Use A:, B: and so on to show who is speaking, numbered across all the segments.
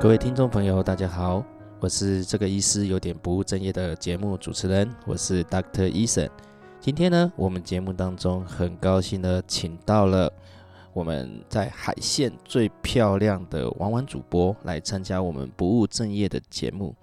A: 各位听众朋友，大家好，我是这个医师有点不务正业的节目主持人，我是 Doctor 医生。今天呢，我们节目当中很高兴的请到了我们在海线最漂亮的婉婉主播来参加我们不务正业的节目。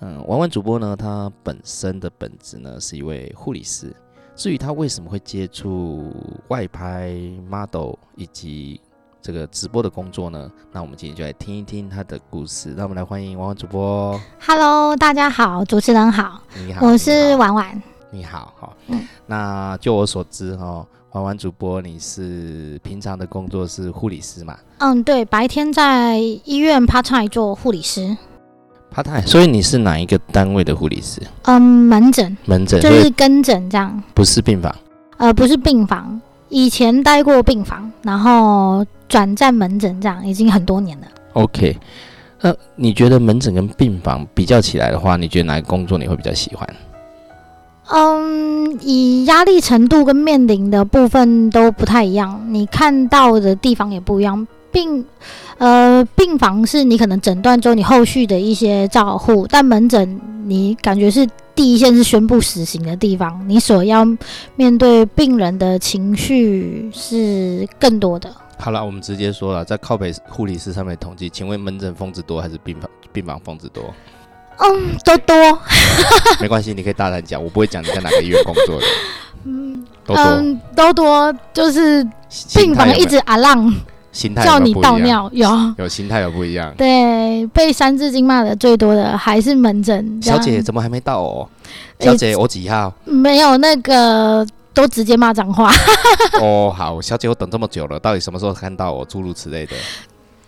A: 嗯，婉婉主播呢，她本身的本职呢是一位护理师。至于她为什么会接触外拍、model 以及这个直播的工作呢？那我们今天就来听一听她的故事。让我们来欢迎婉婉主播，
B: Hello，大家好，主持人好，
A: 你好，
B: 我
A: 你
B: 是
A: 好
B: 婉婉。
A: 你好，哈、
B: 嗯
A: 那就我所知，哈、婉婉主播，你是平常的工作是护理师嘛
B: 嗯，对，白天在医院 part time 做护理师，
A: ？part time，所以你是哪一个单位的护理师？
B: 嗯，门诊
A: 门诊，
B: 就
A: 所以
B: 是跟诊这样，
A: 不是病房。
B: 呃，不是病房，以前待过病房，然后转战门诊这样，已经很多年了。
A: OK，那你觉得门诊跟病房比较起来的话，你觉得哪个工作你会比较喜欢？
B: 嗯，以压力程度跟面临的部分都不太一样，你看到的地方也不一样。病，呃，病房是你可能诊断之后你后续的一些照护，但门诊你感觉是第一线是宣布死刑的地方，你所要面对病人的情绪是更多的。
A: 好了，我们直接说了，在靠北护理师上面的统计，请问门诊疯子多还是病房病房疯子多？
B: 嗯，多多，
A: 没关系，你可以大胆讲，我不会讲你在哪个医院工作的，
B: 嗯
A: 都说。
B: 嗯，多多就是
A: 心
B: 病
A: 态有
B: 房
A: 没
B: 一
A: 有
B: 直啊浪
A: 心态有
B: 叫
A: 没有
B: 你
A: 不一
B: 倒
A: 样，
B: 尿，有。
A: 有心态有不一样。
B: 对，啊被三字经骂的最多的还是门诊。这
A: 小
B: 样
A: 姐，怎么还没到哦？
B: 哎
A: 小姐，我几 号？
B: 没有那个都直接骂脏话。
A: 哦，好，小姐，我等这么久了，到底什么时候看到我？诸如此类的。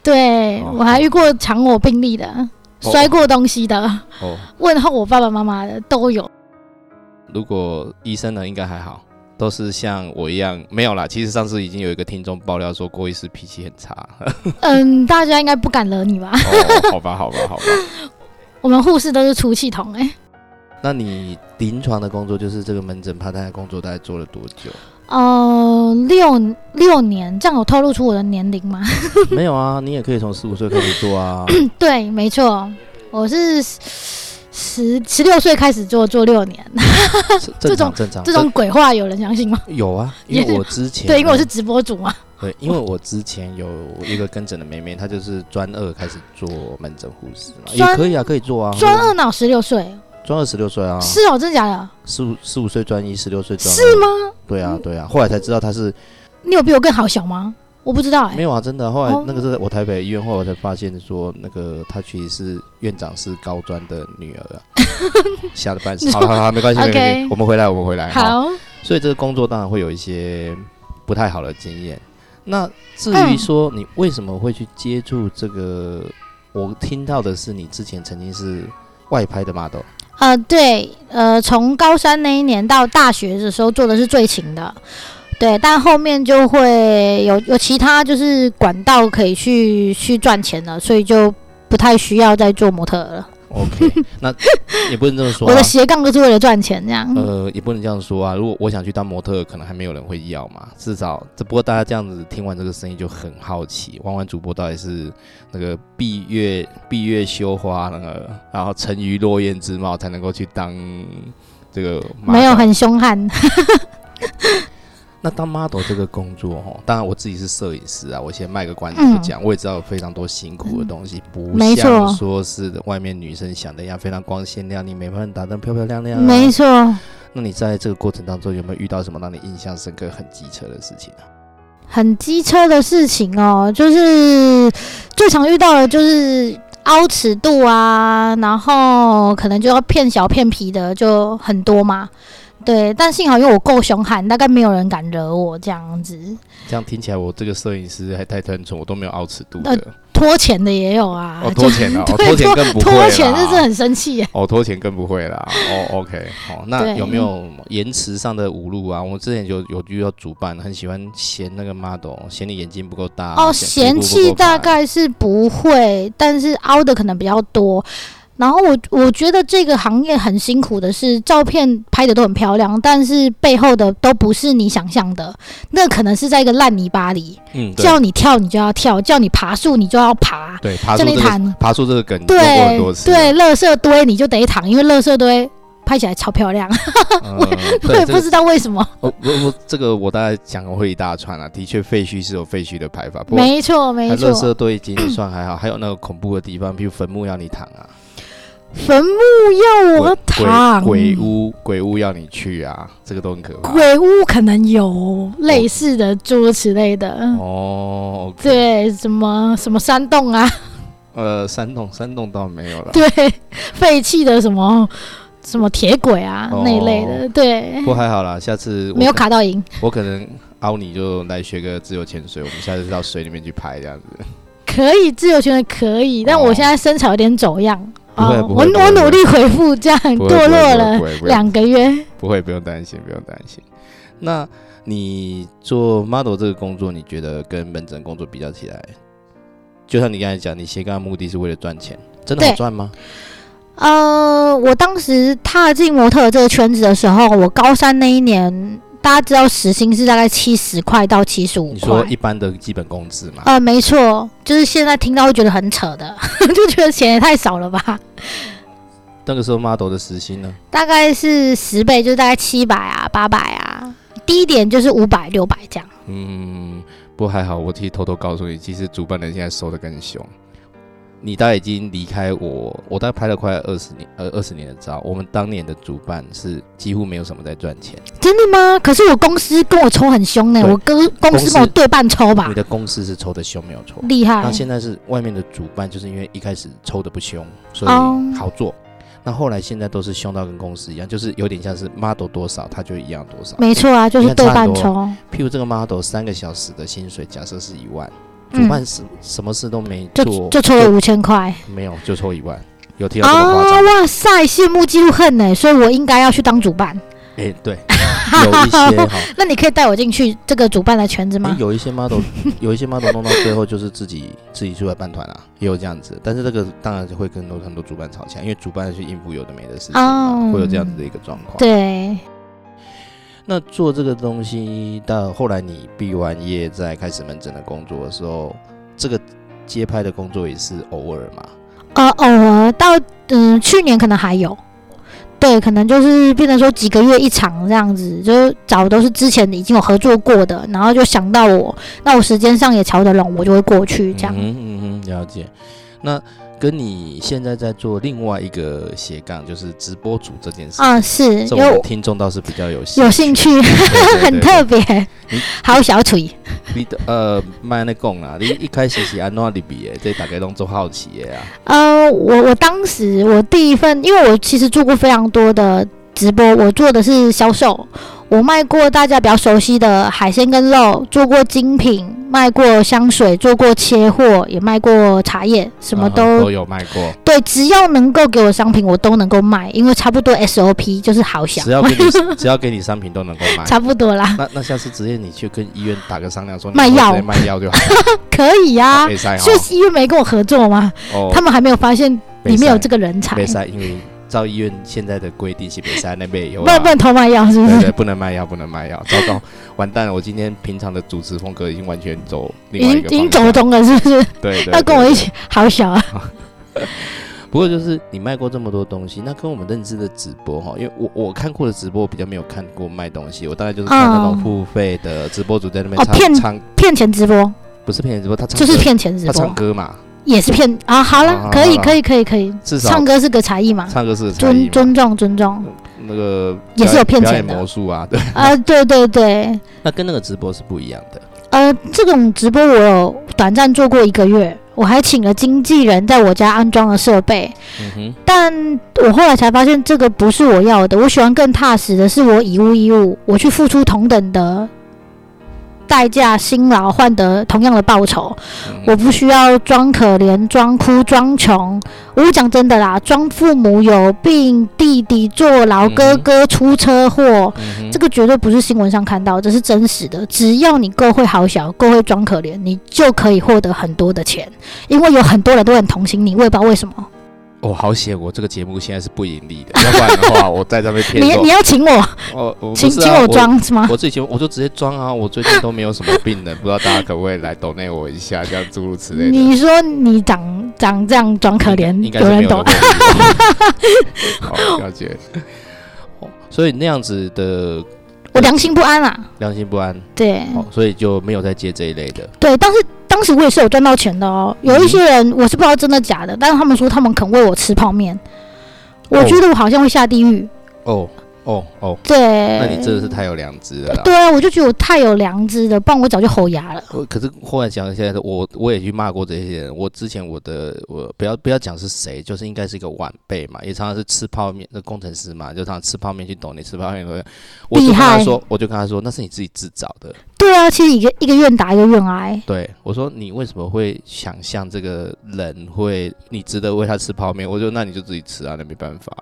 B: 对、
A: 哦
B: 我还遇过抢我病历的，摔过东西的，
A: 哦，
B: 问候我爸爸妈妈的 都有。
A: 如果医生呢，应该还好，都是像我一样没有啦。其实上次已经有一个听众爆料说郭医师脾气很差。
B: 嗯，大家应该不敢惹你吧？
A: 哦， 好吧，好吧，好 吧。
B: 我们护士都是出气筒哎、
A: 那你临床的工作就是这个门诊趴单的工作，大概做了多久？
B: 哦、六六年，这样有透露出我的年龄吗？
A: 没有啊，你也可以从十五岁开始做啊。
B: 对，没错，我是十十六岁开始做，做六年。
A: 正常
B: 这种
A: 正常，
B: 这种鬼话有人相信吗？
A: 有 啊，因
B: 也
A: 为我之前
B: 对，因为我
A: 呢
B: 是直播主嘛。
A: 对，因为我之前有一个跟诊的妹妹，她就是专二开始做门诊护士嘛，也
B: 专
A: 可以啊，可以做啊。
B: 专二脑十六岁，
A: 专二十六岁啊，
B: 是哦，真的假的？
A: 十五十五岁专一，十六岁专
B: 是
A: 二？
B: 吗？哦
A: 对啊，对啊。后来才知道她是
B: 你有比我更好小吗？我不知道哎、
A: 没有啊，真的。后来
B: 哦
A: 那个是我台北医院，后来我才发现说，那个她其实是院长是高专的女 儿啊，吓得半死。好了好了，好了没关系，没关系
B: OK，
A: 我们回来，我们回来。
B: 好，
A: 所以这个工作当然会有一些不太好的经验。那至于
B: 嗯
A: 说你为什么会去接触这个，我听到的是你之前曾经是外拍的 model，
B: 呃，对，呃，从高三那一年到大学的时候做的是最勤的，对，但后面就会有有其他就是管道可以去去赚钱了，所以就不太需要再做模特儿了。
A: OK，那 也不能这么说、
B: 我
A: 啊
B: 的。斜杠就是为了赚钱这样。
A: 呃，也不能这样说啊。如果我想去当模特，可能还没有人会要嘛。至少，只不过大家这样子听完这个声音就很好奇，弯弯主播到底是那个闭月闭月羞花，那个然后沉鱼落雁之貌才能够去当这个 model。
B: 没有很凶悍，
A: 那当 model 这个工作哦，当然我自己是摄影师啊，我先卖个关子不讲，我也知道有非常多辛苦的东西，不
B: 嗯没
A: 像
B: 错
A: 说是外面女生想的一样非常光鲜亮丽，每份打扮漂漂亮亮、啊。
B: 没错，
A: 那你在这个过程当中有没有遇到什么让你印象深刻、很机车的事情啊？
B: 很机车的事情哦，就是最常遇到的就是凹尺度啊，然后可能就要骗小骗皮的就很多嘛。对，但幸好因为我够凶悍，大概没有人敢惹我这样子。
A: 这样听起来我这个摄影师还太单纯，我都没有凹尺度的，
B: 拖钱的也有啊，
A: 哦，
B: 就
A: 拖钱了，哦，
B: 对
A: 拖钱更不会啦
B: 拖钱，这真的很生气耶。
A: 哦，拖钱更不会啦。哦，OK，哦， 那
B: 对
A: 有没有延迟上的侮辱啊？我之前有有遇到主办很喜欢嫌那个 model，嫌你眼睛不够大，
B: 哦，
A: 嫌
B: 嫌
A: 屁股不
B: 弃
A: 够白
B: 大概是不会，但是凹的可能比较多。然后我我觉得这个行业很辛苦的是，照片拍的都很漂亮，但是背后的都不是你想象的，那可能是在一个烂泥巴里，
A: 嗯，对
B: 叫你跳你就要跳，叫你爬树你就要爬，
A: 对，爬
B: 叫
A: 出
B: 你
A: 这个
B: 躺，
A: 爬出这个梗用过很
B: 对
A: 多次，
B: 对，垃圾堆你就得躺，因为垃圾堆拍起来超漂亮，
A: 嗯，
B: 我
A: 对，这
B: 也不
A: 个
B: 知道为什么。
A: 我我我这个我大概讲会一大串啊，的确废墟是有废墟的排法，不过
B: 没错，没
A: 它垃
B: 错，
A: 圾都已经算还好，还有那个恐怖的地方，比如坟墓要你躺啊，
B: 坟墓要我
A: 鬼
B: 躺，
A: 鬼屋鬼屋要你去啊，这个都很可怕。
B: 鬼屋可能有类似的诸如此类的，嗯
A: 哦，OK，
B: 对，什么什么山洞啊，
A: 呃，山洞山洞倒没有了，
B: 对，废弃的什么什么铁轨啊、
A: 哦
B: 那一类的，对
A: 不，过还好啦，下次我
B: 没有
A: 可，
B: 卡到赢。
A: 我可能凹你就来学个自由潜水，我们下次到水里面去拍这样子。
B: 可以自由潜水可以，但
A: 哦
B: 我现在身材有点走样。哦
A: 不会不
B: 我
A: 会不会
B: 我努力恢复，这样
A: 不会
B: 堕落了
A: 不会不会
B: 两个月。
A: 不会，不用担心，不用担心。那你做 model 这个工作，你觉得跟门诊工作比较起来，就像你刚才讲，你斜杠的目的是为了赚钱，真的好
B: 对
A: 赚吗？
B: 呃，我当时踏进模特儿这个圈子的时候，我高三那一年，大家知道时薪是大概七十块到七十五
A: 你
B: 块
A: 说。一般的基本工资嘛？
B: 呃，没错，就是现在听到会觉得很扯的， 就觉得钱也太少了吧？
A: 那个时候 model 的时薪呢？
B: 大概是十倍，就是大概七百啊、八百啊，低一点就是五百、六百这样。
A: 嗯，不过还好，我其实偷偷告诉你，其实主办人现在收的更凶。你大概已经离开我，我大概拍了快二十年，呃，二十年的照。我们当年的主办是几乎没有什么在赚钱，
B: 真的吗？可是我公司跟我抽很凶呢、
A: 对
B: 我跟公
A: 公
B: 司
A: 司
B: 跟我对半抽吧
A: 你，的公司是抽的凶，没有错。
B: 厉害
A: 那。现在是外面的主办，就是因为一开始抽的不凶，所
B: 哦
A: 以好做。那后来现在都是凶到跟公司一样，就是有点像是 model 多少，他就一样多少。
B: 没错啊，就是
A: 你看
B: 对
A: 差很
B: 半
A: 多
B: 抽，
A: 譬如这个 model 三个小时的薪水，假设是一万，
B: 嗯
A: 主办什什么事都没
B: 就
A: 做，
B: 就抽了五千块
A: 没有就抽一万，有听到这么夸
B: 啊！
A: 张？
B: 哇塞，羡慕嫉妒恨呢、所以我应该要去当主办。
A: 哎， 对，有一些哈，
B: 那你可以带我进去这个主办的圈子
A: 哎
B: 吗？
A: 有一些 model，有一 些 model 弄到最后就是自己自己出来办团啊，也有这样子。但是这个当然就会跟很多很多主办吵架，因为主办去应付有的没的事情嘛，
B: 哦
A: 会有这样子的一个状况。
B: 对，
A: 那做这个东西到后来你毕完业再开始门诊的工作的时候，这个接拍的工作也是偶尔嘛？
B: 呃，偶尔到嗯、去年可能还有，对，可能就是变成说几个月一场这样子，就是找都是之前已经有合作过的，然后就想到我，那我时间上也瞧得拢，我就会过去这样。
A: 嗯哼嗯哼，了解。那跟你现在在做另外一个斜杠，就是直播主这件事，
B: 啊、是，
A: 这
B: 有
A: 我们听众倒是比较有兴
B: 有兴
A: 趣，
B: 趣，
A: 对
B: 很特。别
A: 你，
B: 好小腿，
A: 对对你的呃，卖那讲啦，你一开始是安怎入比的？这大家拢做好奇的啊。
B: 呃，我我当时我第一份，因为我其实做过非常多的直播，我做的是销售，我卖过大家比较熟悉的海鲜跟肉，做过精品，卖过香水，做过切货，也卖过茶叶，什么
A: 嗯哼
B: 都、
A: 都有卖过，
B: 对，只要能够给我商品，我都能够卖，因为差不多 SOP 就是好想
A: 只，要给你只要给你商品都能够卖。
B: 差不多啦，
A: 那那下次直接你去跟医院打个商量，说你
B: 卖
A: 能不能
B: 药
A: 直接卖药就好，
B: 可以呀、啊
A: 可。以塞
B: 所以医院没跟我合作吗？
A: 哦，
B: 他们还没有发现里面有这
A: 个
B: 个人才，
A: 没塞，因为照医院现在的规定是没塞那边有
B: 不然不
A: 啊。
B: 能偷卖药是不
A: 对
B: 是？
A: 对，不能卖药，不能卖 药，糟糕，完蛋了！我今天平常的主持风格已经完全走
B: 已
A: 另外
B: 经
A: 一
B: 已
A: 个
B: 经
A: 方
B: 走
A: 向，
B: 中了是不是？
A: 对对对，
B: 要跟我
A: 对
B: 一。起，好小啊！
A: 不过就是你卖过这么多东西，那跟我们认知的直播哈，因为我我看过的直播，我比较没有看过卖东西，我大概就是看那种
B: 嗯
A: 付费的直播主在那边
B: 哦
A: 唱、
B: 骗
A: 唱，
B: 骗钱直播
A: 不是骗人直播，他唱
B: 就是
A: 歌
B: 骗钱直
A: 他唱
B: 播，
A: 歌嘛，
B: 也是骗啊！好
A: 好好
B: 了，可以
A: 好
B: 可以可以可以，
A: 至少
B: 唱歌是个才艺嘛，
A: 唱歌是个才艺
B: 尊
A: 嘛
B: 尊重尊重。
A: 那个
B: 也是有骗
A: 表演
B: 钱的
A: 魔术啊，对，
B: 呃，对对对，
A: 那跟那个直播是不一样的。
B: 呃，这种直播我有短暂做过一个月，我还请了经纪人在我家安装了设备，
A: 嗯哼，
B: 但我后来才发现这个不是我要的，我喜欢更踏实的，是我以物易物，我去付出同等的代价、辛劳，换得同样的报酬。
A: 嗯
B: 我不需要装可怜、装哭、装穷。我讲真的啦，装父母有病、弟弟坐牢、
A: 嗯
B: 哥哥出车祸，
A: 嗯哼
B: 这个绝对不是新闻上看到，这是真实的。只要你够会好小，够会装可怜，你就可以获得很多的钱，因为有很多人都很同情你，我也不知道为什么。
A: 哦，好险！我这个节目现在是不盈利的，要不然的话，我在上面骗
B: 你
A: 说
B: 你要请我，
A: 哦，我不
B: 请
A: 是
B: 请
A: 啊
B: 我装是 吗？
A: 我自己节目我就直接装啊！我最近都没有什么病人，不知道大家可不可以来抖内我一下，这样诸如此类的。
B: 你说你长长这样装可怜
A: 应，该
B: 有
A: 是没
B: 人
A: 有
B: 懂啊
A: 人？懂。好，了解。哦所以那样子的
B: 我良心不安啊。
A: 良心不安，
B: 对
A: 哦，所以就没有再接这一类的。
B: 对，但是当时我也是有赚到钱的哦。
A: 嗯
B: 有一些人我是不知道真的假的，但是他们说他们肯喂我吃泡面，我
A: 哦
B: 觉得我好像会下地狱。
A: 哦哦哦，
B: 对，
A: 那你真的是太有良知了啦。
B: 对啊，我就觉得我太有良知了，不然我早就吼牙了。
A: 我可是后来想起来，我我也去骂过这些人。我之前我的我不要不要讲是谁，就是应该是一个晚辈嘛，也常常是吃泡面的工程师嘛，就常常吃泡面去懂你吃泡面。我就
B: 厉
A: 跟他
B: 害
A: 说，我就跟他说，那是你自己自找的。
B: 对啊，其实一个一个愿打一个愿挨，
A: 对我说，你为什么会想象这个人会你值得喂他吃泡面？我说那你就自己吃啊，那没办法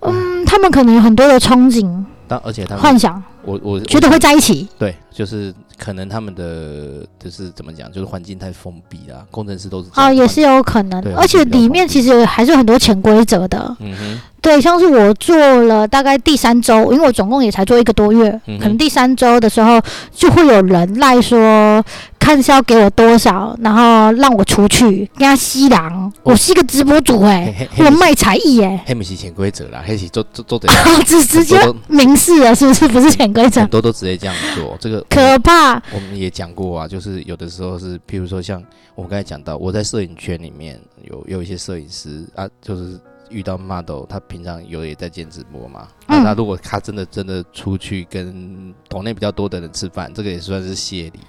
A: 啊、
B: 嗯，他们可能有很多的憧憬、
A: 但而且他
B: 幻
A: 们，
B: 想，
A: 我我我
B: 觉得
A: 想
B: 会在一起。
A: 对，就是可能他们的就是怎么讲，就是环境太封闭啦，工程师都是这
B: 哦，
A: 样
B: 也
A: 嘛
B: 是有可能
A: 对，
B: 而且
A: 比较
B: 里面其实还是有很多潜规则的。
A: 嗯哼，
B: 对，像是我做了大概第三周，因为我总共也才做一个多月，
A: 嗯哼
B: 可能第三周的时候就会有人赖说，看是要给我多少，然后让我出去跟他吸狼。我是一个直播主哎、
A: 嘿哦嘿嘿
B: 我卖才艺哎、
A: 黑米是潜规则啦，黑米做做做得
B: 直 直接
A: 很多都
B: 明示了是不是？不是潜规则
A: 很，多都直接这样做。这个
B: 可怕。
A: 我们也讲过啊，就是有的时候是，譬如说像我刚才讲到，我在摄影圈里面有有一些摄影师啊，就是遇到 model，他平常有也在兼直播嘛。啊那
B: 嗯
A: 他如果他真的真的出去跟岛内比较多的人吃饭，这个也算是谢礼，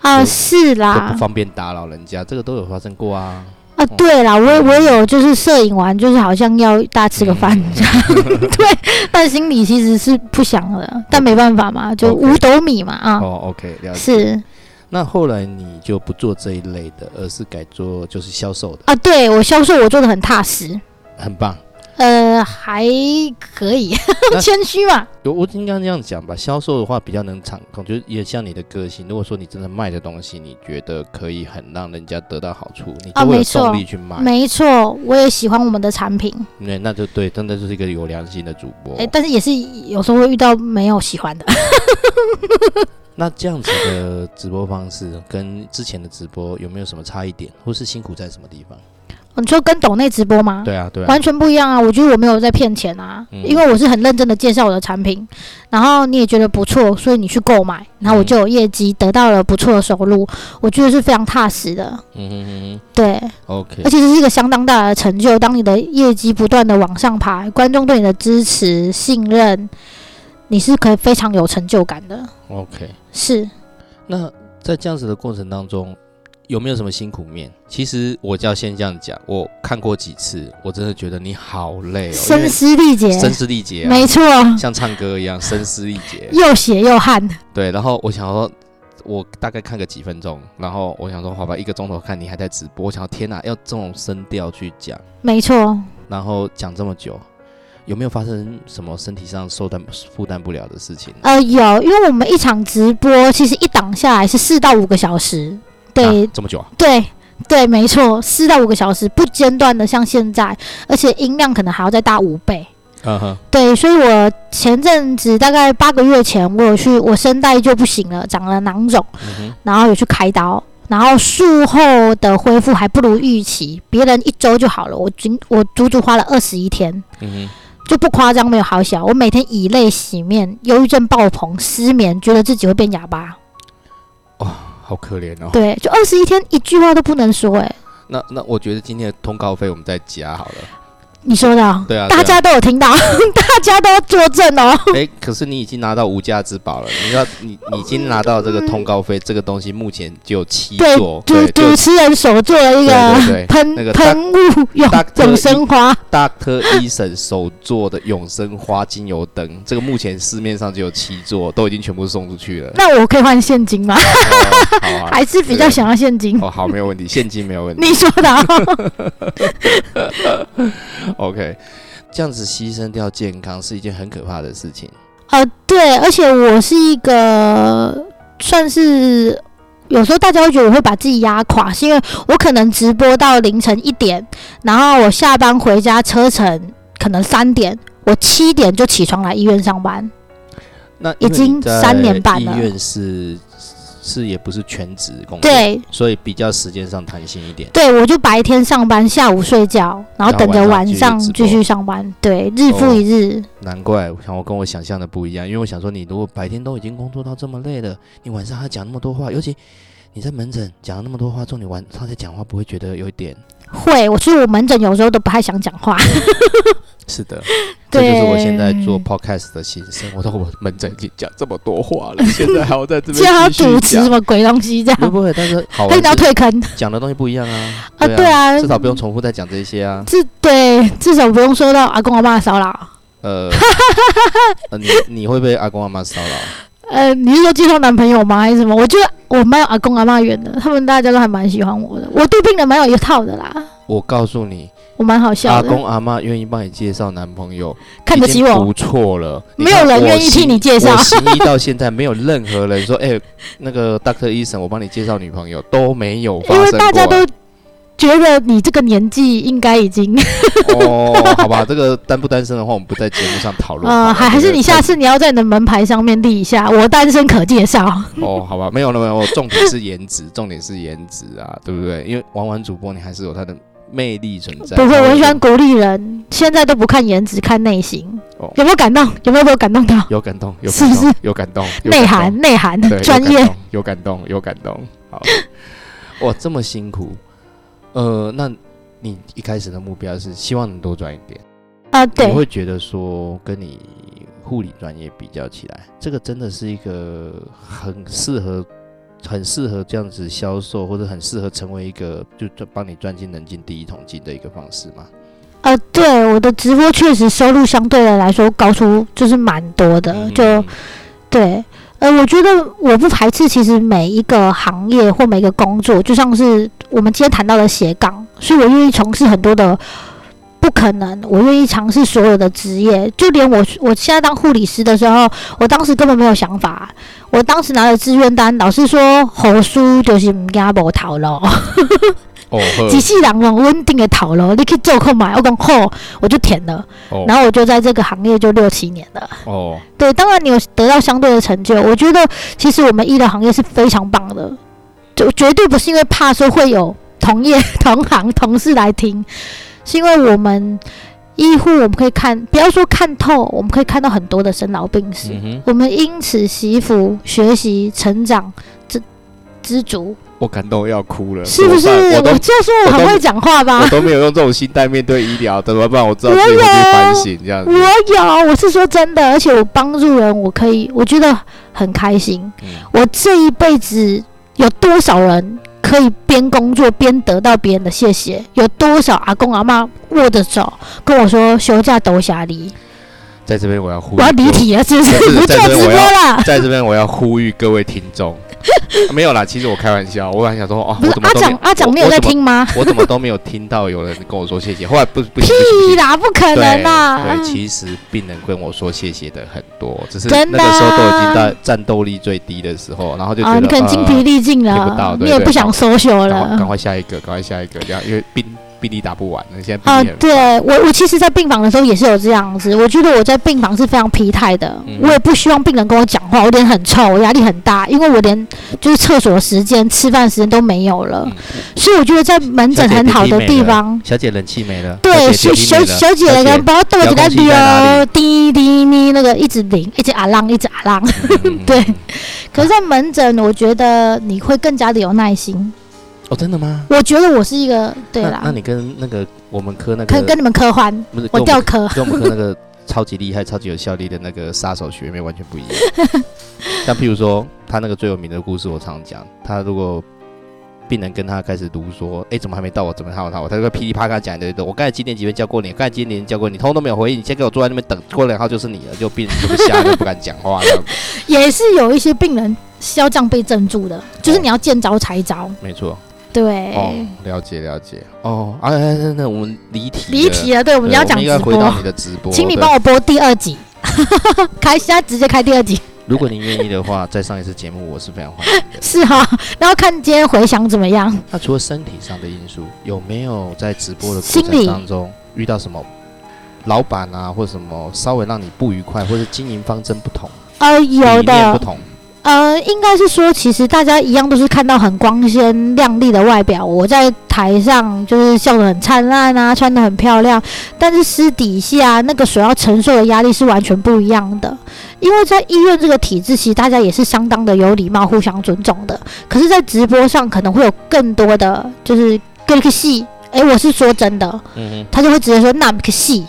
B: 啊、
A: 对
B: 是
A: 就
B: 啦
A: 不，方便打扰人家，这个都有发生过啊。
B: 啊，对啦，我
A: 嗯
B: 我有就是摄影完，就是好像要大家吃个饭，对，但心里其实是不想的，但没办法嘛，就
A: 哦 OK
B: 五斗米嘛啊，
A: 哦，OK，了解。
B: 是
A: 那后来你就不做这一类的，而是改做就是销售的，
B: 啊，对我销售我做的很踏实，
A: 很棒。
B: 呃，还可以
A: 那，
B: 谦虚嘛，
A: 有，我应该这样讲吧。销售的话比较能掌控，就是也像你的个性。如果说你真的卖的东西，你觉得可以很让人家得到好处，你
B: 啊
A: 就会有
B: 没错
A: 动力去卖。
B: 没错，我也喜欢我们的产品，
A: 那那就对，真的就是一个有良心的主播。
B: 哎、但是也是有时候会遇到没有喜欢的，
A: 那这样子的直播方式跟之前的直播有没有什么差异点，或是辛苦在什么地方？
B: 你说跟抖内直播吗？
A: 对啊，对啊
B: 完，全不一样啊！我觉得我没有在骗钱啊，
A: 嗯
B: 因为我是很认真的介绍我的产品，然后你也觉得不错，所以你去购买，
A: 嗯
B: 然后我就有业绩，得到了不错的收入，我觉得是非常踏实的。
A: 嗯哼哼
B: 对，
A: 哼，OK
B: 而。且这是一个相当大的成就。当你的业绩不断的往上爬，观众对你的支持、信任，你是可以非常有成就感的。
A: OK，
B: 是，
A: 那在这样子的过程当中，有没有什么辛苦面？其实我就要先这样讲，我看过几次，我真的觉得你好累哦，因
B: 声
A: 为
B: 嘶力竭，
A: 声嘶力竭、啊，
B: 没错，
A: 像唱歌一样声嘶力竭。
B: 又血又汗。
A: 对，然后我想说，我大概看个几分钟，然后我想说，好吧，一个钟头看你还在直播，我想说天哪，要这种声调去讲，
B: 没错，
A: 然后讲这么久，有没有发生什么身体上受担负担不了的事情呢？
B: 呃，有，因为我们一场直播其实一档下来是四到五个小时，对、
A: 啊这么久啊？
B: 对对，没错，四到五个小时不间断的，像现在，而且音量可能还要再大五倍。
A: 嗯哼，
B: 对，所以我前阵子大概八个月前，我有去，我声带就不行了，长了囊肿，
A: 嗯哼，
B: 然后有去开刀，然后术后的恢复还不如预期，别人一周就好了，我仅我足足花了二十一天。
A: 嗯哼，
B: 就不夸张，没有好小。我每天以泪洗面，忧郁症爆棚，失眠，觉得自己会变哑巴。
A: 好可怜哦。
B: 对，就二十一天，一句话都不能说、欸。哎，
A: 那那我觉得今天的通告费我们再加好了。
B: 你说的哦、
A: 对啊，
B: 大
A: 对啊
B: 家都有听到， 大家都作证哦。
A: 哎、可是你已经拿到无价之宝了，你知道你你已经拿到这个通告费，这个东西目前只有七
B: 对啊
A: 座，
B: 主
A: 对，就
B: 主持人手做了一
A: 对对对
B: 个喷
A: 那个大
B: 喷雾永
A: 大特
B: 永生花，
A: Doctor 医生手做的永生花精油灯，这个目前市面上只有七座，都已经全部送出 去了。
B: 那我可以换现金吗？
A: 哦好啊，
B: 还是比较想要现金？
A: 哦好，没有问题，现金没有问题。
B: 你说的哦、
A: OK，这样子牺牲掉健康是一件很可怕的
B: 哦
A: 事情。
B: 呃，对，而且我是一个算是有时候大家会觉得我会把自己压垮，是因为我可能直播到凌晨一点，然后我下班回家车程可能三点，我七点就起床来医院上
A: 嗯
B: 班。
A: 那
B: 已经三年半了
A: 因为你在医院是是也不是全职工作，，
B: 对，
A: 所以比较时间上弹性一点。
B: 对我就白天上班，下午睡觉，然后等着晚上继续上班。对，日复
A: 哦
B: 一日。
A: 难怪我想我跟我想象的不一样，因为我想说你如果白天都已经工作到这么累了，你晚上还讲那么多话，尤其你在门诊讲了那么多话之后，你晚上在讲话不会觉得有一点？
B: 会，我所以我门诊有时候都不太想讲话。
A: 是的， 这
B: 对
A: 就是我现在做 podcast 的心声。我到我门诊已经讲这么多话了，现在还要在这 边
B: 就要
A: 继续
B: 主持什
A: 讲。
B: 么鬼东西这
A: 不会
B: 样，
A: 不会，但是好
B: 他一
A: 玩
B: 定
A: 是
B: 要退坑
A: 讲的东西不一样啊。
B: 啊！对啊，
A: 至少不用重复再讲这些啊。
B: 至对，至少不用说到阿公阿妈骚扰。
A: 呃，呃你你会被阿公阿妈骚扰？
B: 呃，你是说介绍男朋友吗？还是什么？我觉得我蛮有阿公阿妈缘的，他们大家都还蛮喜欢我的，我对病人蛮有一套的啦，
A: 我告诉你，
B: 我蛮好笑
A: 阿
B: 的，
A: 公阿妈愿意帮你介绍男朋友，
B: 看得
A: 已
B: 起
A: 经
B: 我
A: 不，错了。
B: 没有人愿意替你介绍
A: 我。行医到现在，没有任何人说，哎、那个大科医生，我帮你介绍女朋友，都没有发
B: 因为
A: 生过。
B: 大家都觉得你这个年纪应该已经，
A: 哦，好吧，这个单不单身的话，我们不在节目上讨 论。
B: 呃，
A: 好吧
B: 还还是你下。
A: 这个
B: 次你要在你的门牌上面立一下，我单身可介绍。
A: 哦，好吧，没有了，没有了。重点是颜值， 重点是颜值啊，对不对？因为玩玩主播，你还是有他的魅力存在。
B: 不会，我很喜
A: 喜欢。
B: 欢鼓励人，现在都不看颜值，看内心
A: 哦，
B: 有没有感动？有没有被我感动到？
A: 有感动，有
B: 是
A: 感
B: 不
A: 动，
B: 是
A: 有感动，有
B: 内
A: 感动
B: 涵，内涵
A: 对，，
B: 专业。
A: 有感动，有感动，有感动。好， 哇，这么辛苦，呃，那你一开始的目标是希望能多赚一点，
B: 啊，
A: 你
B: 对，
A: 会觉得说跟你护理专业比较起来，这个真的是一个很适合。很适合这样子销售，或者很适合成为一个就赚帮你赚进人进第一桶金的一个方式嘛？
B: 呃，对，我的直播确实收入相对的来说高出就是蛮多的，就
A: 嗯
B: 对。呃，我觉得我不排斥，其实每一个行业或每一个工作，就像是我们今天谈到的斜杠，所以我愿意从事很多的不可能，我愿意尝试所有的职业，就连我我现在当护理师的时候，我当时根本没有想法，我当时拿了志愿单，老师说好书就是唔惊无头路。
A: 哦，呵
B: 机器人往稳定的讨了，你去做购买，我讲好，我就填了，
A: 哦
B: 然后我就在这个行业就六七年了。
A: 哦，
B: 对，当然你有得到相对的成就，我觉得其实我们医疗行业是非常棒的，就绝对不是因为怕说会有同业、 同行、同事来听，是因为我们医护我们可以看，不要说看透，我们可以看到很多的生老病死，
A: 嗯哼，
B: 我们因此习服、学习、成长、知知足，
A: 我感动要哭了，
B: 是不是？
A: 怎么办我都
B: 我就说我很会讲话吧
A: 我。都没有用这种心态面对医疗，怎么办？我知道自己会
B: 我有
A: 去反省这样子。
B: 我有，我是说真的，而且我帮助人，我可以，我觉得很开心。
A: 嗯
B: 我这一辈子有多少人可以边工作边得到别人的谢谢？有多少阿公阿妈握着手跟我说休假都下离？
A: 在这边我要呼吁，
B: 我要离，题了，是不是？
A: 不是
B: 不做
A: 在这
B: 直
A: 我
B: 播
A: 要
B: 了。
A: 在这边我要呼吁各位听众。啊没有啦，其实我开玩笑，我还想说啊，
B: 不
A: 我
B: 是
A: 怎么
B: 阿
A: 都没
B: 长
A: 有，
B: 阿长没有
A: 我
B: 在，听吗？
A: 我怎么我怎么都没有听到有人跟我说谢谢。后来不不行不行不
B: 屁
A: 行，
B: 啦，不可能啦
A: 对！对，其实病人跟我说谢谢的很多，只是那
B: 真
A: 个
B: 的啊
A: 时候都已经在战斗力最低的时候，然后就觉
B: 啊，
A: 得
B: 你可能精疲
A: 呃
B: 力尽
A: 听不到
B: 了，
A: 对
B: 你也
A: 对
B: 不想 social
A: 赶快赶
B: 了。
A: 快下一个，赶快下一个，这样因为病病例打不完，那现在
B: 啊
A: 病例，很
B: 对我，我其实，在病房的时候也是有这样子。我觉得我在病房是非常疲态的，
A: 嗯
B: 我也不希望病人跟我讲话，我脸很臭，我压力很大，因为我连就是厕所时间、吃饭时间都没有了。
A: 嗯
B: 所以我觉得在门诊很好的地方，
A: 小姐人气没了，
B: 对，
A: 小
B: 小
A: 姐嗯
B: 小小姐的人，包豆子在
A: 遥控器在哪
B: 溜，滴滴滴，那个一直铃，一直啊浪，一直啊浪。
A: 嗯
B: 对可是，在门诊，我觉得你会更加的有耐心。
A: 哦，真的吗？
B: 我觉得我是一个对
A: 那那
B: 啦，
A: 你跟那个我们科那
B: 可以
A: 个
B: 跟你们科欢，
A: 不是
B: 我
A: 跟我
B: 掉
A: 们
B: 科。
A: 跟我们科那个超级厉害、超级有效力的那个杀手学妹完全不一 样。像譬如说，他那个最有名的故事，我常讲，他如果病人跟他开始读说，哎，怎么还没到我？怎么还没到我？他就会噼里啪啦讲一堆的。我刚才几点几分叫过你？刚才几点叫过你？通通都没有回应，你先给我坐在那边等，过两号就是你了。就病人就是吓得不敢讲话这样子。
B: 也是有一些病人是要这样被镇住
A: 哦
B: 的，就是你要见招拆招。
A: 没错。
B: 对，
A: 哦，了解了解。哦，啊，那那那我们离题
B: 离
A: 了
B: 题了，对，
A: 对
B: 我
A: 我
B: 们要讲
A: 应
B: 直
A: 该回到
B: 播，
A: 你的直播，
B: 请你
A: 对
B: 帮我播第二集，开现在直接开第二集。
A: 如果您愿意的话，再上一次节目，我是非常欢迎的。
B: 是哈、然后看今天回想怎么样。
A: 那除了身体上的因素，有没有在直播的过
B: 心
A: 程
B: 理
A: 当中遇到什么老板啊，或什么稍微让你不愉快，或者经营方针不同、
B: 呃，
A: 理
B: 有
A: 念
B: 的
A: 不，同？
B: 呃，应该是说，其实大家一样都是看到很光鲜亮丽的外表，我在台上就是笑得很灿烂啊，穿得很漂亮，但是私底下那个所要承受的压力是完全不一样的。因为在医院这个体制，其实大家也是相当的有礼貌、互相尊重的。可是，在直播上可能会有更多的就是各个戏，诶，我是说真的，
A: 嗯
B: 他就会直接说那个戏，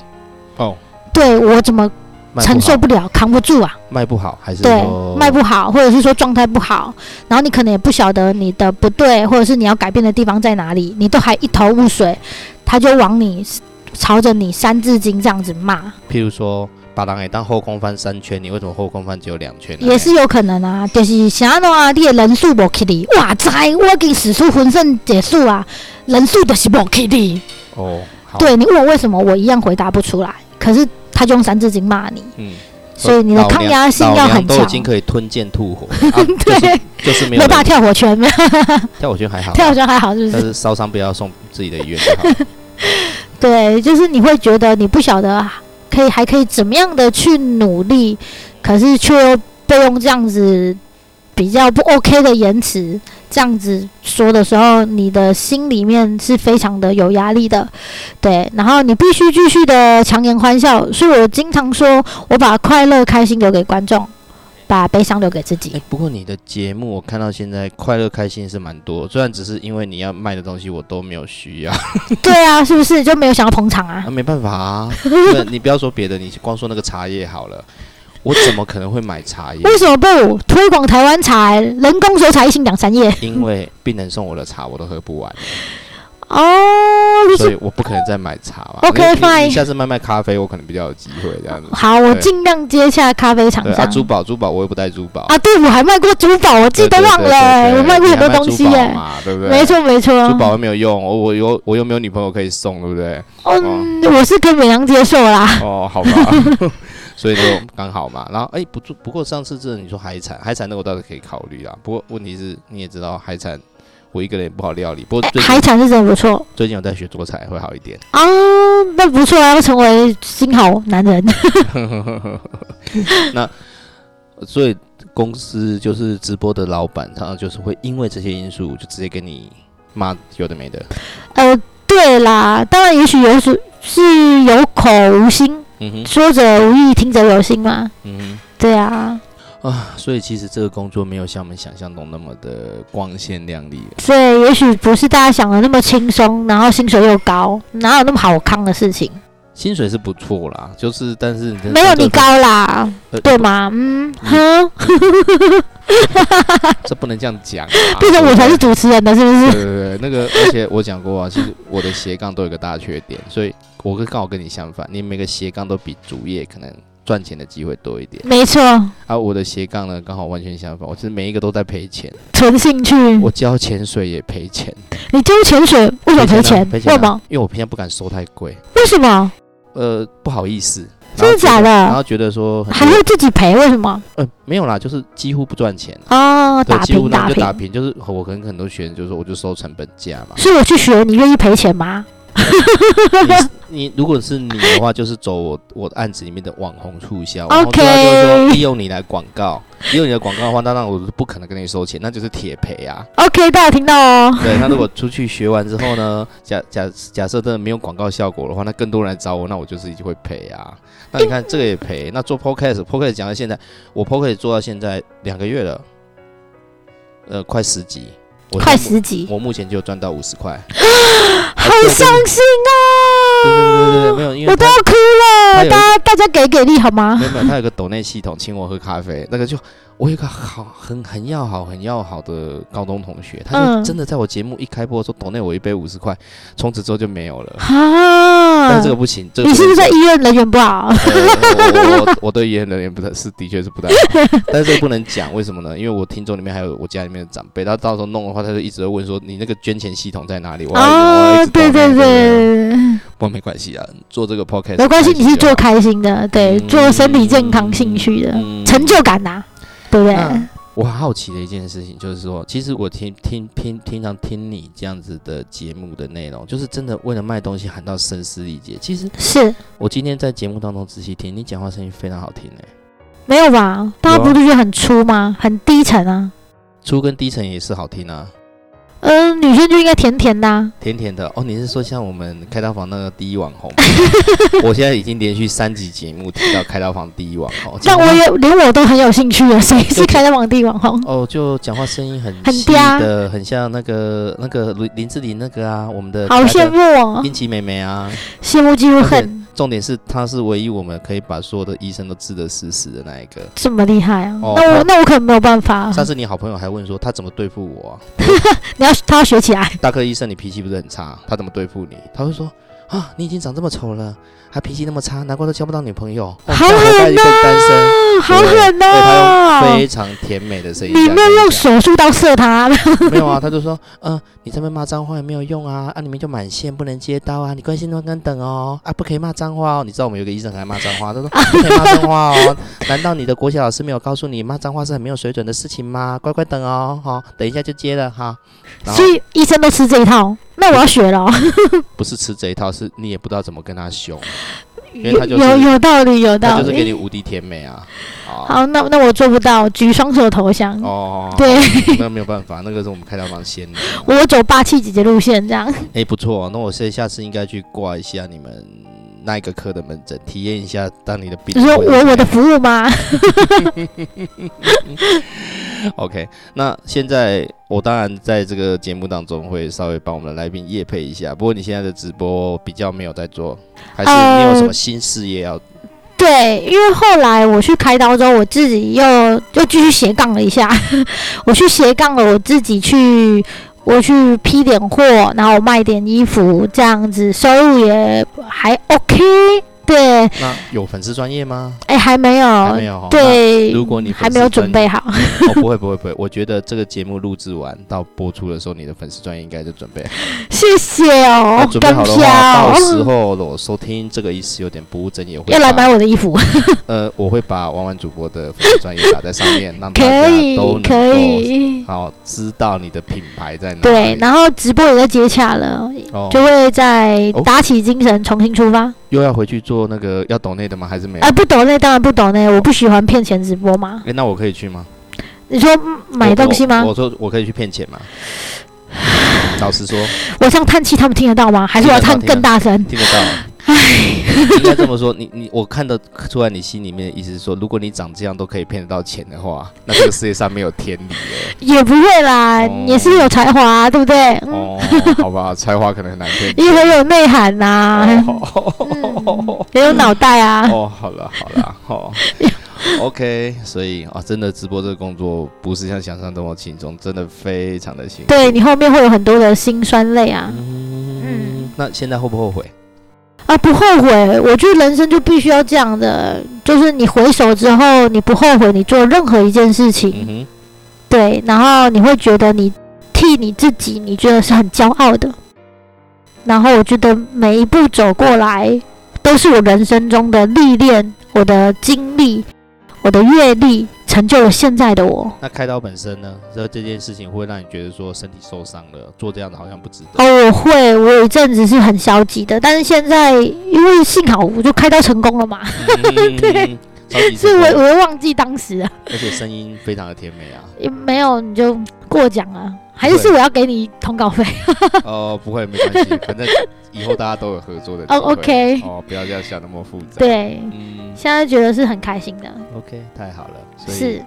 A: 哼，哦，
B: 对我怎么
A: 卖
B: 承
A: 不
B: 受
A: 好，
B: 不了，扛不住啊。
A: 卖不好，还是哦
B: 对
A: 说，
B: 卖不好，或者是说状态不好，然后你可能也不晓得你的不对，或者是你要改变的地方在哪里，你都还一头雾水，他就往你朝着你三字经这样子骂，
A: 譬如说，把狼给当后空翻三圈，你为什么后空翻只有两圈呢？
B: 也是有可能啊。就是啥弄啊，你的人数无去哩，哇塞，我已经使出浑身解数啊，人数就是无去哩。
A: 哦，好，，
B: 对你问我为什么，我一样回答不出来，可是他就用三字经骂你，
A: 嗯，
B: 所以你的
A: 老
B: 抗
A: 娘
B: 压性
A: 老
B: 要
A: 娘
B: 很
A: 都已
B: 强。
A: 经可以吞剑吐 火，啊
B: 对，
A: 就是就是没
B: 没
A: 有
B: 有办法
A: 人
B: 跳火圈，没有
A: 跳火圈还好啊，
B: 跳火圈还好，是不是
A: 但？是烧伤不要送自己的医院就好。
B: 对，就是你会觉得你不晓得可以还可以怎么样的去努力，可是却又被用这样子比较不 OK 的言辞这样子说的时候，你的心里面是非常的有压力的。对，然后你必须继续的强颜欢笑，所以我经常说我把快乐开心留给观众，把悲伤留给自己
A: 哎。，不过你的节目我看到现在快乐开心是蛮多，虽然只是因为你要卖的东西我都没有需 要，
B: 对啊，是不是就没有想要捧场 啊
A: 啊？没办法啊，不你不要说别的，你光说那个茶叶好了，我怎么可能会买茶叶？
B: 为什么不推广台湾茶、人工水茶一星两三叶？
A: 因为病人送我的茶我都喝不完，
B: 哦，就是
A: 所以我不可能再买茶嘛。
B: OK，
A: 你你
B: fine
A: 你下次卖卖咖啡，我可能比较有机会这样子。
B: 好，我
A: 对
B: 尽量接洽咖啡厂
A: 对
B: 商
A: 啊，。珠宝珠宝我又不带珠宝，
B: 啊，对，我还卖过珠宝，我记得忘了欸，我卖过很多东西
A: 耶
B: 耶。
A: 嘛，对不对？
B: 没，错没错，
A: 珠宝又没有用，我我有我又没有女朋友可以送，对不对？
B: 嗯，我是跟美娘接受啦。
A: 哦， 好吧，所以就刚好嘛。然后哎，不住，不过上次真的你说海产，海产那我倒是可以考虑啦。不过问题是你也知道，海产我一个人也不好料理。不过
B: 哎
A: 最近、
B: 海产是真的不错
A: 最近有在学做菜，会好一点。
B: 啊，那不错啊，要成为新好男人。
A: 那所以公司就是直播的老板，他就是会因为这些因素就直接给你骂有的没的。
B: 呃，对啦，当然也许有是是有口无心，
A: 嗯哼，
B: 说者无意，听者有心嘛。
A: 嗯哼。
B: 对啊，
A: 啊，所以其实这个工作没有像我们想象中那么的光鲜亮丽。
B: 所以也许不是大家想的那么轻松，然后薪水又高，哪有那么好康的事情？
A: 薪水是不错啦，就是但是
B: 没有你，高啦，
A: 呃
B: 对吗？嗯，
A: 嗯
B: 哼，
A: 这不能这样 讲啊。
B: 变成我才是
A: 对
B: 主持人的，是不
A: 对
B: 是？
A: 对对，那个而且我讲过啊，其实我的斜杠都有个大缺点，所以我跟刚好跟你相反，你每个斜杠都比主业可能赚钱的机会多一点，
B: 没错，
A: 而、我的斜杠呢刚好完全相反，我是每一个都在赔钱，
B: 纯兴趣。
A: 我教潜水也赔钱，
B: 你教潜水为什么赔
A: 啊
B: 钱？
A: 赔
B: 为
A: 钱
B: 什
A: 啊
B: 么？，
A: 因为我平常不敢收太贵，
B: 为什么？
A: 呃，不好意思，然
B: 真
A: 后
B: 的
A: 觉
B: 假
A: 得然
B: 的？
A: 后觉得说很
B: 还会自己赔？为什么？
A: 呃没有啦，就是几乎不赚钱。
B: 哦，
A: 对，
B: 打
A: 几乎
B: 平
A: 呢就打
B: 平。
A: 平，就是我可能很多学员就说，我就收成本价 嘛。
B: 所以我去学，你愿意赔钱吗？
A: 你你如果是你的话，就是走我我案子里面的网红促销，然后
B: OK
A: 对他就是说利用你来广告，利用你的广告的话，那那我不可能跟你收钱，那就是铁赔啊。
B: OK，大家有听到哦。
A: 对，那如果出去学完之后呢， 假假假设真的没有广告效果的话，那更多人来找我，那我就是就会赔啊。那你看这个也赔，那做 podcast，podcast 讲到现在，我 podcast 做到现在两个月了，呃，快十集，我
B: 快
A: 现在目
B: 十集，
A: 我目前就赚到五十块。
B: 好
A: 对
B: 伤心
A: 对对对对，
B: 哦！
A: 没有，因为
B: 我都
A: 他
B: 要哭
A: 他有
B: 了，
A: 一
B: 大家大家给给力好吗
A: 没？有没有，他有个抖内系统，请我喝咖啡，那个就我有一个好很很要好很要好的高中同学，他就
B: 嗯
A: 真的在我节目一开播的时候抖内我一杯五十块，从此之后就没有了。但
B: 啊
A: 是这，个不行，这个
B: 你是不
A: 能
B: 是在医院人缘不好？
A: 呃我我我我对演人员不太是，的确是不太好，但是这个不能讲，为什么呢？因为我听众里面还有我家里面的长辈，他到时候弄的话，他就一直会问说你那个捐钱系统在哪里？我要、我要
B: 啊，
A: 一直抖内
B: 对对，对，
A: 不过没关系啊，做这个 podcast
B: 没关系，
A: 开心
B: 你是
A: 就好
B: 做开心的，对，
A: 嗯
B: 做身体健康、兴趣的
A: 嗯
B: 成就感呐。啊对不对？
A: 嗯我很好奇的一件事情就是说，其实我听听听平常听你这样子的节目的内容，就是真的为了卖东西喊到声嘶力竭。其实
B: 是
A: 我今天在节目当中仔细听，你讲话声音非常好听欸诶、
B: 没有吧？大家不是觉得很粗吗？很低沉啊。
A: 粗跟低沉也是好听啊，
B: 嗯、女生就应该甜甜的、啊。
A: 甜甜的哦。你是说像我们开刀房那个第一网红吗？ 我现在已经连续三集节目提到开刀房第一网红，
B: 但我也连我都很有兴趣了，谁是开在网地网红？
A: 哦，就讲话声音很
B: 很
A: 细
B: 嗲
A: 的，很像那个那个林林志玲那个啊，我们的
B: 好
A: 那个
B: 羡慕哦，
A: 英奇妹妹啊。
B: 羡慕嫉妒恨，
A: 重点是她是唯一我们可以把所有的医生都治得死死的那一个。
B: 这么厉害啊！
A: 哦
B: 那
A: 那
B: 我那我可能没有办法，
A: 上次你好朋友还问说他怎么对付我、啊，
B: 你要他要学起来，
A: 大哥医生你脾气不是很差，他怎么对付你？他会说啊，你已经长这么丑了，还脾气那么差，难怪都交不到女朋友，哦
B: 好
A: 这样活该
B: 狠
A: 一辈子单身。
B: 呐，好
A: 对对
B: 狠
A: 他用
B: 呐
A: 非！常甜美的声音
B: 你
A: 这样
B: 没
A: 跟讲，
B: 有用手术刀射他，
A: 没有啊，他就说，嗯，你这边骂脏话也没有用啊，啊，你们就满线不能接刀啊，你关心多跟等哦，啊，不可以骂脏话哦。你知道我们有个医生很爱骂脏话，他说不可以骂脏话哦， 难道你的国小老师没有告诉你骂脏话是很没有水准的事情吗？乖乖等哦，好、等一下就接了哈。然后
B: 所以医生都吃这一套。那我要学了哦，
A: 不是吃这一套，是你也不知道怎么跟他 凶，因为
B: 有
A: 他就是
B: 有有道理，有道
A: 他就是给
B: 理。
A: 你无敌甜美啊。哦
B: 好，那那我做不到，举双手投降。
A: 哦，
B: 对，
A: 那没有办法，那个是我们开刀房先的。
B: 我走霸气姐姐路线，这样
A: 哎、不错、那我是下次应该去挂一下你们那一个科的门诊，体验一下当你的病
B: 你
A: 人会
B: 说
A: 有什么样。
B: 我我的服务吗？
A: OK，那现在我当然在这个节目当中会稍微帮我们的来宾夜配一下，不过你现在的直播比较没有在做，还是
B: 呃
A: 你有什么新事业要？
B: 对，因为后来我去开刀之后，我自己又又继续斜杠了一下， 我去斜杠了，我自己去我去批点货，然后卖点衣服，这样子收入也还 OK。对，
A: 那有粉丝专业吗？
B: 哎，还没有，
A: 还没有哦。
B: 对，
A: 那如果你粉丝
B: 还没有准备好，
A: 专业，哦，不会不会不会，我觉得这个节目录制完到播出的时候，你的粉丝专业应该就准
B: 哦
A: 备好了
B: 谢谢
A: 那
B: 哦，
A: 准备
B: 干
A: 好的话，到时
B: 票，
A: 候我收听这个意思有点不务正业，我会
B: 要来
A: 把
B: 买我的衣服，
A: 呃，我会把玩玩主播的粉丝专业打在上面，让大家
B: 可以
A: 都能
B: 可
A: 够
B: 以，
A: 好知道你的品牌在哪里。
B: 对，然后直播也在接洽了，
A: 哦，
B: 就会再
A: 哦
B: 打起精神重新出发。
A: 又要回去做那个要懂内的吗？还是没有？
B: 啊，不懂那当然不懂那，我不喜欢骗钱直播嘛。
A: 诶那我可以去吗？
B: 你说嗯买
A: 我
B: 东西吗
A: 哦我？我说我可以去骗钱 吗？老实说，
B: 我这样叹气，他们听得到吗？还是我要叹
A: 听得到
B: 更大声？
A: 听得到。应该这么说，你你我看得出来你心里面的意思是说，如果你长这样都可以骗得到钱的话，那这个世界上没有天理了。
B: 也不会啦，
A: 哦
B: 也是有才华、啊，对不对？嗯，
A: 哦，好吧，才华可能很难骗。
B: 也很有嗯内涵呐、
A: 哦，
B: 也有脑袋啊。
A: 哦，好了好了， 哦，OK，所以啊，真的直播这个工作不是像想象中的轻松，真的非常的辛苦。
B: 对你后面会有很多的辛酸泪啊
A: 嗯
B: 嗯，
A: 那现在后不后悔？
B: 啊！不后悔，我觉得人生就必须要这样的，就是你回首之后，你不后悔你做任何一件事情，
A: 嗯哼，
B: 对，然后你会觉得你替你自己，你觉得是很骄傲的。然后我觉得每一步走过来，都是我人生中的历练，我的经历，我的阅历，成就了现在的我。
A: 那开刀本身呢？这这件事情会让你觉得说身体受伤了，做这样的好像不值得。
B: 哦，我会，我有一阵子是很消极的，但是现在因为幸好我就开刀成功了嘛，
A: 嗯
B: 对，
A: 超级
B: 所以
A: 成
B: 我
A: 功
B: 我又忘记当时啊了，
A: 而且声音非常的甜美啊。
B: 也没有你就过奖了，还是是我要给你通告费？
A: 哦，不会，没关系，反正以后大家都有合作的机会。
B: 哦，OK
A: 哦，不要这样想那么复杂。，
B: 对，
A: 嗯
B: 现在觉得是很开心的，
A: ，OK，太好了。所以
B: 是。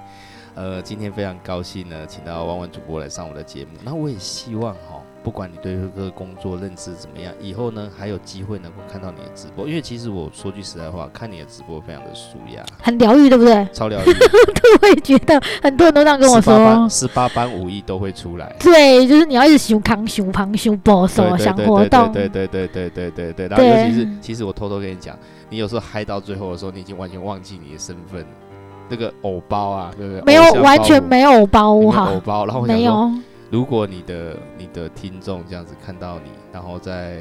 A: 呃，今天非常高兴呢，请到弯弯主播来上我的节目。那我也希望哈、不管你对这个工作认知怎么样，以后呢还有机会能够看到你的直播，因为其实我说句实在话，看你的直播非常的舒压，
B: 很疗愈，对不对？
A: 超疗愈。
B: 我也觉得很多人都这样跟我
A: 十八
B: 说
A: 般，十八般武艺都会出来。
B: 对，就是你要一直想康、想胖、想暴瘦、
A: 对
B: 想
A: 对
B: 活动，
A: 对对对对对对对对。然后尤
B: 对
A: 其是，其实我偷偷跟你讲，你有时候嗨到最后的时候，你已经完全忘记你的身份，那个偶包啊，对不对？
B: 没有
A: 偶像包
B: 完全
A: 袱
B: 没有包
A: 你没有
B: 哈
A: 偶，包。然后我想
B: 没
A: 说，
B: 有，
A: 如果你的你的听众这样子看到你，然后在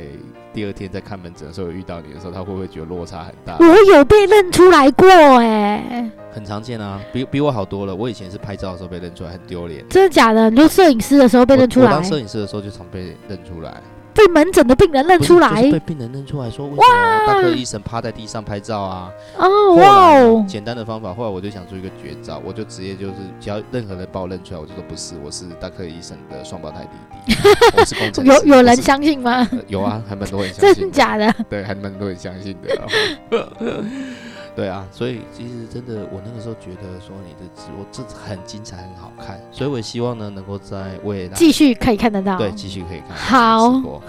A: 第二天在看门诊的时候有遇到你的时候，他会不会觉得落差很大？
B: 我有被认出来过哎、
A: 很常见啊，比比我好多了。我以前是拍照的时候被认出来，很丢脸。
B: 真的假的？你就摄影师的时候被认出
A: 我我
B: 来
A: 当，摄影师的时候就常被认出来，
B: 被门诊的病人认
A: 不是
B: 出来
A: 就是被病人认出来说，为什么大哥医生趴在地上拍照啊？
B: 哦，
A: 后
B: 哇
A: 来呢
B: 哦，
A: 简单的方法，后来我就想出一个绝招，我就直接就是只要任何人把我认出来，我就说不是，我是大科医生的双胞胎弟弟，我是工程 师。
B: 有有
A: 我
B: 人
A: 是、
B: 相信吗？
A: 呃有啊，还蛮多人相
B: 真
A: 信
B: 的
A: 的，
B: 假的？
A: 对，还蛮多人相信的啊。 对啊，所以其实真的，我那个时候觉得说你的直播这很精彩，很好看，所以我也希望呢能够在未来
B: 继续可以看得到。
A: 对，继续可以看。
B: 好
A: 直播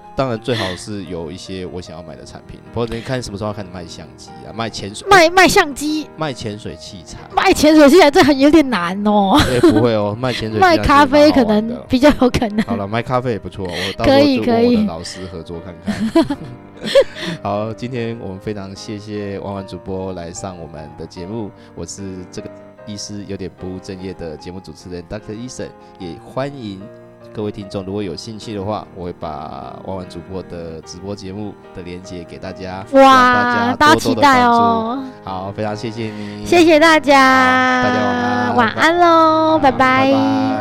A: 当然最好是有一些我想要买的产品，或者你看什么时候要开始卖相机啊，卖潜水，
B: 卖卖相机、
A: 卖潜水器材，
B: 卖潜水器材，这很有点难哦。
A: 也不会哦，卖潜水器材
B: 卖
A: 是
B: 咖啡可
A: 蛮好玩的
B: 能比较有可能。
A: 好了，卖咖啡也不错，我到时
B: 可
A: 候
B: 以
A: 就
B: 可
A: 跟我的
B: 以
A: 老师合作看看。 好，今天我们非常谢谢弯弯主播来上我们的节目，我是这个医师有点不务正业的节目主持人 Dr. 医生，也欢迎各位听众，如果有兴趣的话，我会把弯弯主播的直播节目的链接给大家，让大
B: 哇，大
A: 家
B: 家
A: 多
B: 期
A: 多的
B: 待
A: 关注。
B: 哦！
A: 好，非常谢谢你，
B: 谢谢大家，
A: 好大家晚安
B: 晚安喽，
A: 好
B: 哦拜
A: 拜拜